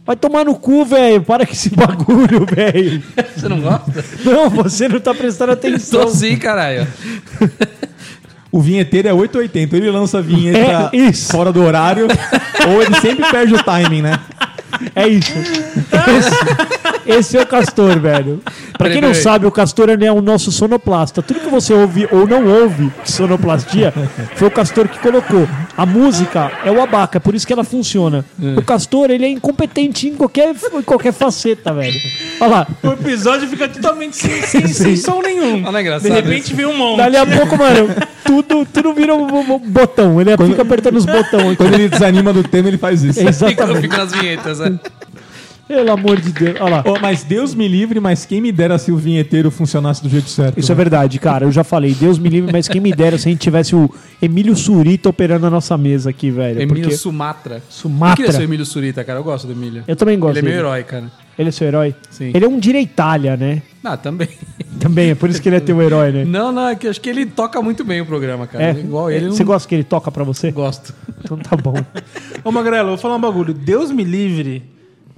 S5: vai tomar no cu, velho. Para com esse bagulho, velho.
S4: Você não gosta?
S5: Não, você não tá prestando atenção.
S4: Tô sim, caralho.
S2: O vinheteiro é 880. Ele lança a vinheta
S5: É, isso.
S2: fora do horário. ou ele sempre perde o timing, né?
S5: É isso. Esse, esse é o Castor, velho. Pra
S4: Peraí,
S5: quem não
S4: peraí.
S5: sabe, o Castor ele é o nosso sonoplasta. Tudo que você ouve ou não ouve de sonoplastia foi o Castor que colocou. A música é o abaca, é por isso que ela funciona. O Castor, ele é incompetente em qualquer, em qualquer faceta, velho. Olha lá.
S3: O episódio fica totalmente sem, sem, sem som nenhum.
S4: Mas não é engraçado isso?
S3: vem um monte.
S5: Dali a pouco, mano, tudo, tudo vira um, um- um botão. Ele fica apertando os botões.
S2: Quando ele desanima do tema, ele faz isso.
S4: Fico- Eu
S5: Exatamente.
S4: fico nas vinhetas, né?
S5: Pelo amor de Deus. Olha lá.
S2: Ô, mas Deus me livre, mas quem me dera se o vinheteiro funcionasse do jeito certo.
S5: Isso é
S2: né?
S5: verdade, cara. Eu já falei, Deus me livre, mas quem me dera se a gente tivesse o Emílio Surita operando a nossa mesa aqui, velho.
S4: Emílio
S5: É porque
S4: Sumatra. Eu
S5: Sumatra.
S4: queria ser o é Emílio Surita, cara. Eu gosto do Emílio.
S5: Eu também gosto
S4: Ele é meu
S5: dele.
S4: herói, cara.
S5: Ele é seu herói?
S4: Sim.
S5: Ele é um direitalha, né?
S4: Ah, também.
S5: Também, é por isso que ele é teu herói, né?
S4: Não, não, é que eu acho que ele toca muito bem o programa, cara.
S5: É.
S4: Igual ele, eu
S5: Você
S4: não
S5: gosta que ele toca pra você?
S4: gosto.
S5: Então tá bom.
S3: Ô, Magrelo, eu vou falar um bagulho. Deus me livre,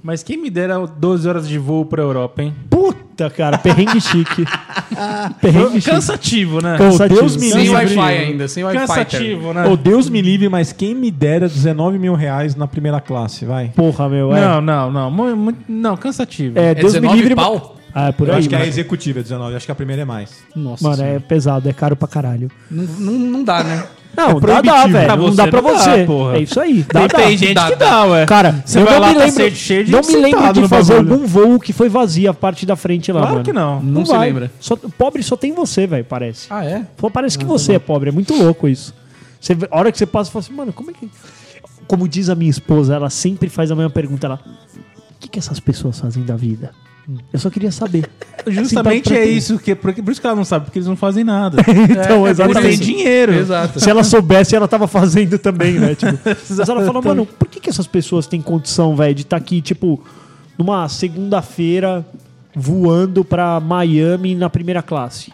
S3: mas quem me dera 12 horas de voo pra Europa, hein?
S5: Puta, cara, perrengue chique. perrengue chique.
S3: Cansativo, né?
S5: Cansativo.
S2: Deus me
S4: Sem
S2: livre.
S4: Wi-Fi ainda, sem Wi-Fi. cara.
S3: Cansativo, né?
S2: Ô, Deus me livre, mas quem me dera 19 mil reais na primeira classe, vai.
S5: Porra, meu, é.
S3: Não, não, não. Mu- mu- não, cansativo.
S5: É,
S4: É
S5: Deus me
S4: 19
S5: livre.
S4: pau?
S5: Ah, é por
S2: Eu
S5: aí.
S2: acho que a
S5: mano.
S2: executiva é 19, eu acho que a primeira é mais.
S4: Nossa
S5: Mano,
S4: senhora.
S5: é pesado, é caro pra caralho.
S4: não, não, não dá, né?
S5: Não, dá,
S3: proibitivo.
S5: dá, velho.
S3: Pra
S5: Não
S3: você
S5: dá pra
S3: não dá,
S5: você.
S3: porra.
S5: É isso aí. Dá,
S3: Tem-
S5: dá.
S3: tem gente
S4: dá,
S3: que
S4: dá.
S3: dá, ué.
S5: Cara,
S3: Você
S5: eu
S3: vai
S5: não
S3: lá,
S5: me
S3: tá
S5: lembro,
S3: cheio- cheio de
S5: não me lembro
S3: sentado
S5: de
S3: no
S5: fazer
S3: bagulho.
S5: algum voo que foi vazia a parte da frente lá,
S3: Claro
S5: mano.
S3: que não.
S4: Não se
S5: vai.
S4: lembra.
S5: Só, pobre só tem você, velho, parece.
S4: Ah, é?
S3: tá
S5: Pô, parece que você é pobre, é muito louco isso. Você, vê- a hora que você passa, você fala assim, mano, como é que... como diz a minha esposa, ela sempre faz a mesma pergunta. Ela, o que, que essas pessoas fazem da vida? Eu só queria saber.
S3: Hum. Justamente
S5: Assim,
S3: é
S5: pra-
S3: isso, É. que, por, por isso que ela não sabe, porque eles não fazem nada.
S5: então,
S3: Eles têm
S5: exatamente.
S3: dinheiro.
S4: Exato.
S5: Se ela soubesse, ela tava fazendo também, né? Tipo, mas ela fala, mano, por que, que essas pessoas têm condição, velho, de estar aqui, tipo, numa segunda-feira voando pra Miami na primeira classe?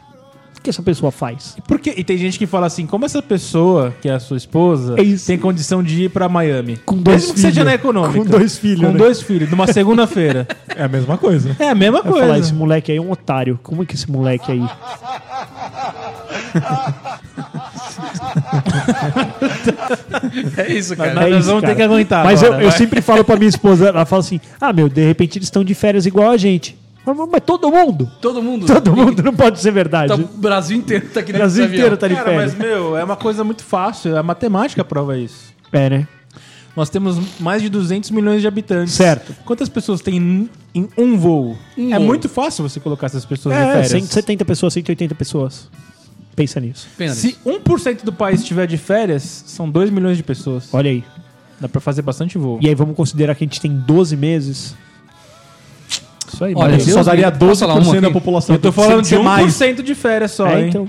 S5: O que essa pessoa faz?
S3: Porque, e tem gente que fala assim, como essa pessoa, que é a sua esposa,
S5: É isso.
S3: tem condição de ir pra Miami?
S5: Com dois
S3: Mesmo que seja
S5: filhos.
S3: na econômica.
S5: Com dois filhos,
S3: Com
S5: né?
S3: dois filhos, numa segunda-feira.
S2: É a mesma coisa.
S3: é a mesma
S5: Vai falar, esse
S3: coisa.
S5: moleque aí é um otário. Como é que esse moleque aí?
S4: É isso, cara.
S3: Mas
S5: É
S3: nós
S5: isso,
S3: vamos ter
S5: cara.
S3: que aguentar
S5: Mas
S3: agora,
S5: eu, eu
S3: vai.
S5: sempre falo pra minha esposa, ela fala assim, ah, meu, de repente eles estão de férias igual a gente. Eu falo, Mas todo mundo,
S4: Todo mundo.
S5: todo mundo não pode ser
S4: Tá,
S5: verdade.
S4: o Brasil inteiro tá aqui
S5: O
S4: dentro
S5: Brasil
S4: desse avião.
S5: inteiro tá de
S3: Cara, mas,
S5: férias.
S3: meu, é uma coisa muito fácil. A matemática prova isso.
S5: É, né?
S3: Nós temos mais de 200 milhões de habitantes.
S5: Certo.
S3: Quantas pessoas tem em- em um voo?
S4: Um
S3: é
S4: voo.
S3: muito fácil você colocar essas pessoas de
S5: É,
S3: férias.
S5: 170 pessoas, 180 pessoas. Pensa nisso.
S4: Pena.
S3: Se 1% do país estiver de férias, são 2 milhões de pessoas.
S5: Olha aí.
S3: Dá pra fazer bastante voo.
S5: E aí vamos considerar que a gente tem 12 meses.
S3: Isso aí,
S4: Olha,
S3: mano.
S4: Deus
S2: só daria
S4: livre. Posso falar uma
S2: 12% da
S4: aqui?
S2: população.
S3: Eu tô falando de
S2: Sem mais.
S3: 1% de férias só,
S5: é,
S3: hein?
S5: então.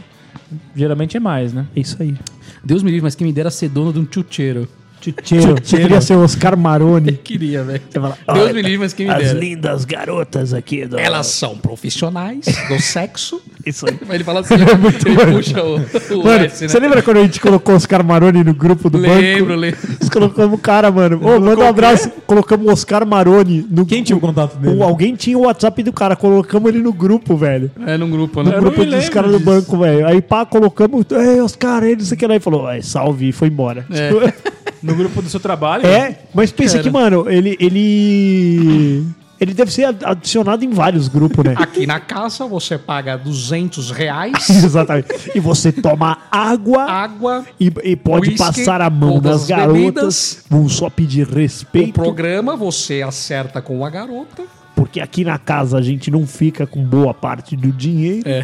S3: Geralmente é mais, né?
S5: É isso aí.
S4: Deus me livre, mas quem me dera ser dono de um chucheiro.
S5: Tchutcheiro. Você queria ser o Oscar Maroni.
S4: Queria, velho.
S5: Você fala,
S4: Deus me livre, mas quem me
S5: As
S4: dera.
S5: lindas garotas aqui do.
S4: Elas são profissionais do sexo.
S5: Isso aí.
S4: Mas ele fala assim, ele puxa o, o
S5: é Mano,
S4: S, né?
S5: você lembra quando a gente colocou o Oscar Maroni no grupo do
S4: Lembro,
S5: banco?
S4: lembro.
S5: Nós colocamos o cara, mano. Ô, manda um abraço. Colocamos o Oscar Maroni no
S2: Quem tinha o contato dele?
S5: o- Alguém tinha o WhatsApp do cara, colocamos ele no grupo, velho.
S4: É num grupo,
S5: No
S4: né?
S5: grupo
S3: me
S5: dos
S3: lembro
S5: caras do
S3: disso.
S5: um banco, velho. Aí pá, colocamos. Ei, os caras, eles aqui lá. E falou, "Ai, salve, e foi embora. Tipo,
S3: No grupo do seu trabalho.
S5: É, mas pensa que, mano, ele. Ele. Ele deve ser ad- adicionado em vários grupos, né?
S4: Aqui na casa você paga 200 reais,
S5: Exatamente. E você toma água.
S4: água,
S5: E, e pode
S4: Whisky,
S5: passar a mão
S4: todas
S5: nas
S4: as
S5: garotas.
S4: bebidas. Um
S5: Vou só pedir
S4: o
S5: respeito.
S4: programa você acerta com a garota.
S5: Porque aqui na casa a gente não fica com boa parte do dinheiro.
S4: É.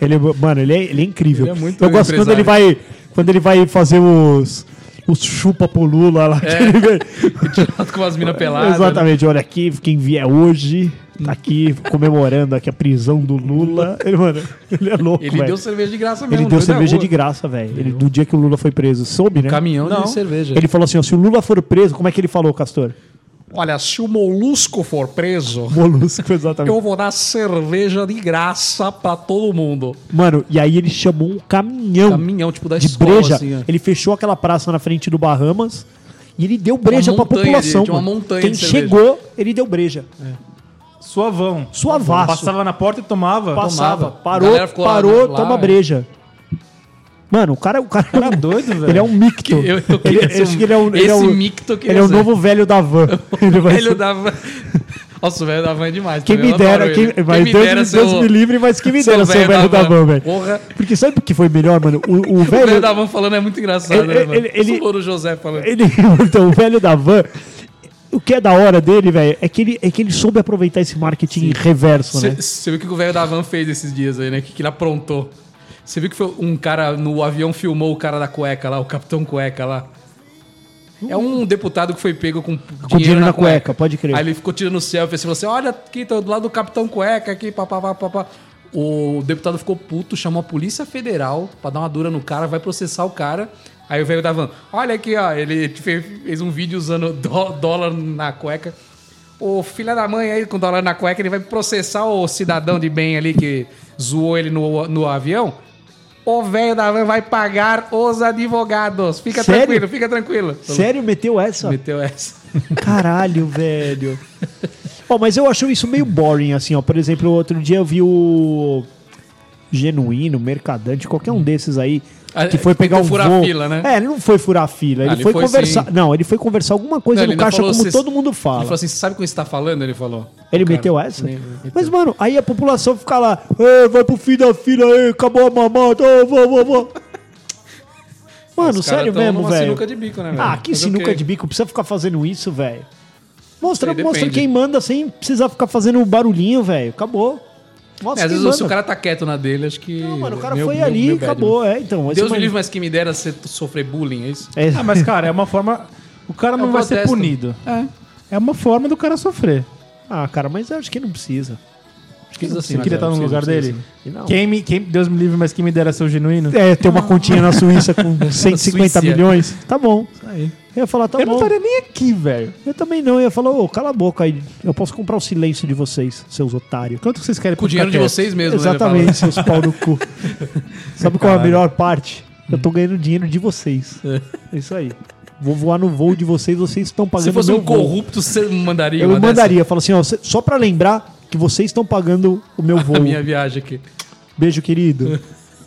S5: Ele, é- mano, ele é, ele é incrível.
S4: Ele é muito
S5: Eu gosto quando
S4: empresário.
S5: ele vai. Quando ele vai fazer os. Os chupa pro Lula lá. que
S4: É.
S5: ele vem.
S4: com as minas peladas.
S5: Exatamente, olha aqui, quem vier hoje, tá aqui comemorando aqui a prisão do Lula. Ele, mano, ele é louco,
S4: Ele
S5: velho.
S4: deu cerveja de graça mesmo. é
S5: Ele deu cerveja de graça, velho. Ele- Do dia que o Lula foi preso, soube, né?
S4: Caminhão
S3: Não.
S4: de cerveja.
S5: Ele falou assim, ó, se o Lula for preso, como é que ele falou, Castor?
S4: Olha, se o molusco for preso,
S5: Molusco, exatamente.
S4: eu vou dar cerveja de graça pra todo mundo.
S5: Mano, e aí ele chamou um caminhão,
S4: Caminhão, tipo, da
S5: de
S4: escola,
S5: breja.
S4: assim, ó.
S5: ele fechou aquela praça na frente do Bahamas e ele deu breja pra
S4: montanha de-
S5: população.
S4: de uma
S5: mano.
S4: montanha
S5: Quem
S4: de cerveja.
S5: chegou, ele deu breja.
S3: Suavão.
S5: Suavaço.
S3: Passava na porta e tomava.
S5: Passava,
S4: Tomava. A
S5: parou,
S4: galera ficou lá-
S5: parou,
S4: lá,
S5: toma
S4: velho.
S5: breja. Mano, o cara, o cara
S3: Tá doido, velho.
S5: Ele é um micto.
S4: Eu- eu
S5: ele,
S4: queria ser
S5: eu acho
S4: um-
S5: que ele é um, ele é
S4: esse
S5: um-
S4: micto eu queria
S5: Ele é o
S4: ser.
S5: novo velho da van. Ele vai
S4: Ele
S5: ser-
S4: dava. Nossa, o velho da van é demais.
S5: Quem
S4: também,
S5: me
S4: eu adoro
S5: dera, quem,
S4: ele.
S5: mas Deus, Deus me livre, mas quem me
S4: seu
S5: dera ser o velho da van, velho.
S4: Porra.
S5: Porque sabe o que foi melhor, mano? O, o
S4: O velho
S5: velho.
S4: da van falando é muito engraçado,
S5: Ele-
S4: né, mano?
S5: ele- ele-
S4: Só o Louro José falando.
S5: Ele, então, o velho da van. O que é da hora dele, velho, é, que ele- é que ele soube aproveitar esse marketing reverso, né?
S4: Você viu o que o velho da van fez esses dias aí, né? O que, que ele aprontou? Você viu que foi um cara no avião filmou o cara da cueca lá, o capitão cueca lá? É um deputado que foi pego com dinheiro,
S5: dinheiro na cueca, pode crer.
S4: Aí ele ficou tirando selfie assim, falou assim: olha aqui, tô do lado do capitão cueca aqui, papapá, papá. O deputado ficou puto, chamou a Polícia Federal pra dar uma dura no cara, vai processar o cara. Aí o velho da van, olha aqui, ó, ele te fez, fez um vídeo usando dó- dólar na cueca. O filho da mãe aí com dólar na cueca, ele vai processar o cidadão de bem ali que zoou ele no, no avião. O velho da van vai pagar os advogados. Fica
S5: Sério?
S4: tranquilo, fica tranquilo.
S5: Sério, meteu essa?
S4: Meteu essa.
S5: Caralho, velho. Ó, mas eu acho isso meio boring, assim, ó. Por exemplo, outro dia eu vi o Genuíno, Mercadante, qualquer um desses aí,
S4: Hum. Ah,
S5: que foi
S4: que tentou
S5: pegar um
S4: furar
S5: voo.
S4: a fila, né? Ah,
S5: É, ele não foi furar a fila, ele,
S4: ele
S5: foi,
S4: foi
S5: conversar...
S4: sim.
S5: Não, ele foi conversar alguma coisa
S4: Não, ele
S5: no
S4: não
S5: caixa,
S4: falou,
S5: como
S4: "Cês-"
S5: todo mundo fala.
S4: Ele
S5: Ele,
S4: falou assim: sabe como você tá falando? Ele falou. Cara,
S5: meteu essa?
S4: nem- meteu.
S5: Mas, mano, aí a população fica lá, "Ê, vai pro fim da fila, aí, acabou a mamada, ô, vou, vou, vou. Mano,
S4: Os caras
S5: sério
S4: tão
S5: mesmo,
S4: numa
S5: velho.
S4: sinuca de bico, né, velho?
S5: Ah, que
S4: Fazer o
S5: sinuca
S4: quê?
S5: de bico, precisa ficar fazendo isso, velho. Mostra,
S4: Isso aí
S5: mostra
S4: depende.
S5: quem manda sem precisar ficar fazendo barulhinho, velho. Acabou. Mostra
S4: É, às
S5: quem
S4: vezes
S5: manda.
S4: se o cara tá quieto na dele, acho que.
S5: Não, mano, o cara
S4: meu-
S5: foi
S4: meu-
S5: ali e
S4: meu bad,
S5: acabou, é, então.
S4: mano.
S5: esse
S4: Deus me
S5: mano-
S4: livre, mas quem me dera você sofrer bullying, é isso?
S5: É,
S3: Ah, mas, cara, é uma forma O cara
S4: É
S3: não
S4: um
S3: vai ser
S4: protesto.
S3: punido.
S4: É.
S3: É uma forma do cara sofrer.
S5: Ah, cara, mas eu acho que não precisa.
S4: Acho que
S3: Você queria estar no lugar dele?
S5: E Não.
S3: Quem me, quem, Deus me livre, mas quem me dera ser o genuíno?
S5: É, ter uma continha na Suíça com 150
S4: Suíça.
S5: milhões, tá bom. Eu ia falar, tá
S3: eu
S5: bom.
S3: não estaria nem aqui, velho.
S5: Eu também não, eu ia falar, ô, cala a boca aí. Eu posso comprar o silêncio de vocês, seus otários.
S3: Quanto que vocês querem
S4: Com o
S3: pra
S4: dinheiro de
S3: ficar quieto?
S4: vocês mesmo,
S5: Exatamente,
S4: né?
S5: seus pau no cu. Sabe qual é a melhor parte? Eu
S4: Hum.
S5: tô ganhando dinheiro de vocês. É isso aí. Vou voar no voo de vocês, vocês estão pagando
S4: Se fosse
S5: meu
S4: um
S5: voo.
S4: corrupto, você mandaria
S5: Eu
S4: uma
S5: mandaria, eu falo assim, ó, cê- só pra lembrar que vocês estão pagando o meu
S4: dessa?
S5: voo.
S4: A minha viagem aqui.
S5: Beijo, querido.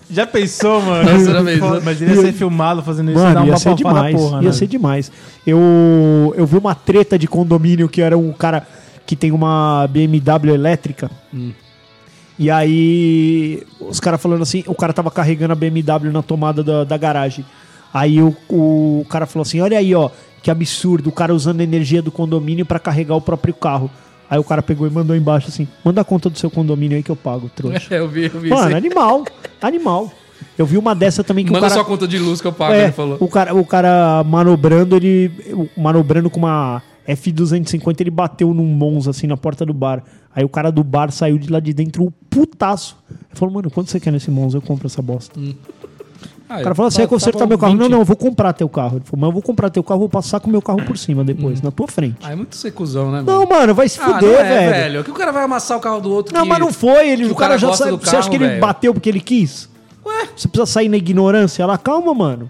S3: Já pensou, mano?
S4: Nossa, já pensou?
S3: Mas ele ia ser filmado fazendo isso,
S5: Mano,
S3: dar
S5: ia
S3: uma
S5: ser
S3: papafá na
S5: demais.
S3: porra,
S5: ia
S3: né?
S5: ser demais. Eu, eu vi uma treta de condomínio que era um cara que tem uma BMW elétrica. E aí, os caras falando assim, o cara tava carregando a BMW na tomada da, da garagem. Aí o, o cara falou assim: olha aí, ó, que absurdo, o cara usando a energia do condomínio pra carregar o próprio carro. Aí o cara pegou e mandou embaixo assim: manda a conta do seu condomínio aí que eu pago, trouxa.
S4: É, eu vi, eu vi isso.
S5: Mano,
S4: aí.
S5: animal, animal. Eu vi uma dessa também que
S4: Manda
S5: o cara.
S4: sua conta de luz que eu pago,
S5: É,
S4: ele falou.
S5: O cara, o cara manobrando, ele. Manobrando com uma F250, ele bateu num Monza, assim, na porta do bar. Aí o cara do bar saiu de lá de dentro, um putaço. Ele falou, mano, quanto você quer nesse Monza? Eu compro essa bosta.
S4: Ah,
S5: o cara falou, você vai consertar meu carro? Não, não, eu vou comprar teu carro. Ele falou, mas eu vou comprar teu carro, vou passar com o meu carro por cima depois, na tua frente.
S4: Ah, é muito secuzão, né, mano?
S5: Não, mano, vai se
S4: Ah, não
S5: fuder,
S4: é,
S5: velho.
S4: Que o cara vai amassar o carro do outro.
S5: Não,
S4: que-
S5: mas não foi. Ele,
S4: que
S5: o, cara, já
S4: gosta
S5: saiu.
S4: do
S5: Você acha
S4: carro,
S5: que ele
S4: velho.
S5: bateu porque ele quis?
S4: Ué,
S5: Você precisa sair na ignorância? Ela, calma, mano.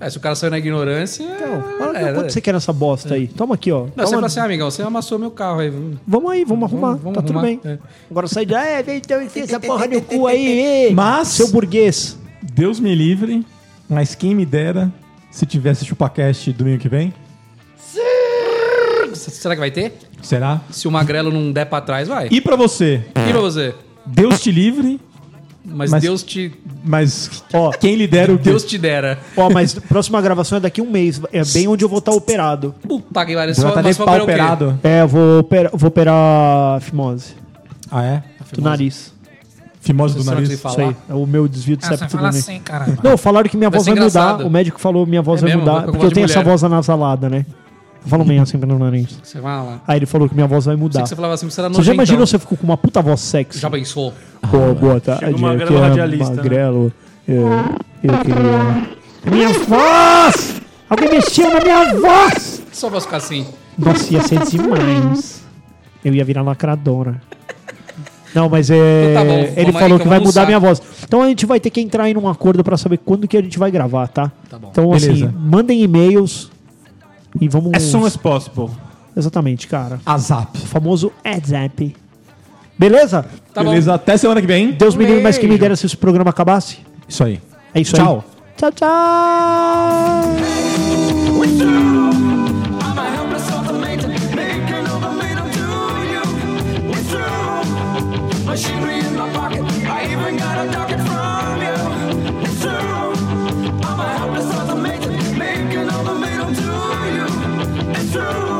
S4: é, se o cara saiu na ignorância.
S5: Então, fala,
S4: é,
S5: quanto
S4: né?
S5: você quer nessa bosta aí? Toma aqui, ó.
S4: Não,
S5: Toma-
S4: você fala assim, ah, amigão, você amassou meu carro aí. vamos-
S5: Vamos aí, vamos arrumar.
S4: vamos
S5: tá tudo
S4: arrumar,
S5: bem.
S4: é.
S5: Agora sai de. É, vem então, enfia essa porra no cu aí. ei,
S2: Mas-
S5: Seu burguês.
S2: Deus me livre, mas quem me dera se tivesse ChupaCast domingo que vem?
S4: Será que vai ter?
S2: Será?
S4: Se o magrelo não der pra trás, vai. E,
S2: E pra você,
S4: pra você?
S2: Deus te livre,
S4: Mas,
S2: Mas-
S4: Deus te.
S2: mas
S5: Ó.
S2: quem lhe dera o quê?
S4: Deus te dera.
S5: Ó, mas próxima gravação é daqui um mês. É bem onde eu vou estar operado.
S4: Puta que pariu.
S2: Você
S4: só-
S2: tá
S4: mas
S2: nem
S4: só operou o quê?
S2: pauperado.
S5: É, eu vou operar, vou operar a fimose
S2: Ah, é?
S5: do nariz.
S2: Fimose do
S4: Será que você
S2: nariz.
S4: fala?
S5: Isso aí. É o meu desvio
S4: Ah,
S5: de septicemia.
S4: caralho.
S5: Não, falaram que minha
S4: assim. Vai
S5: voz
S4: ser
S5: vai mudar.
S4: engraçado.
S5: O médico falou minha voz
S4: É
S5: vai
S4: mesmo?
S5: mudar.
S4: Vai com
S5: Porque
S4: voz
S5: eu
S4: de
S5: tenho essa
S4: mulher.
S5: voz anasalada, né? Eu falo meio assim pelo nariz.
S4: Você vai lá.
S5: Aí ele falou que minha voz vai
S4: Sei
S5: mudar.
S4: que você falava assim, você era
S5: Você
S4: nojentão.
S5: já imaginou se eu fico com uma puta voz sexy?
S4: Já pensou?
S5: Boa, boa tarde.
S3: Chega o Magrelo
S5: Aqui é
S3: radialista, né?
S5: Magrelo. Eu, eu queria. Minha voz! Alguém mexeu na minha voz!
S4: Só pra ficar assim.
S5: Nossa, ia ser demais. Eu ia virar lacradora. Não, mas é.
S4: Então tá bom,
S5: ele
S4: vamos aí
S5: falou
S4: que
S5: que,
S4: eu
S5: vai
S4: vou
S5: mudar
S4: almoçar.
S5: minha voz. Então a gente vai ter que entrar em um acordo pra saber quando que a gente vai gravar, tá?
S4: Tá bom.
S5: Então,
S2: Beleza.
S5: assim, mandem e-mails e vamos.
S2: É
S3: As
S2: um
S3: soon as possible.
S5: Exatamente, cara.
S2: Azap.
S5: O famoso WhatsApp. Beleza?
S4: Tá bom.
S2: Beleza, até semana que vem.
S5: Deus me livre, mas que me
S4: Beijo.
S5: dera se esse programa acabasse.
S2: Isso aí.
S5: É isso
S2: Tchau.
S5: aí. Tchau, tchau.
S6: Machinery in my pocket, I even got a docket from you. It's true, I'm a helpless automaton, making all the middle to you. It's true.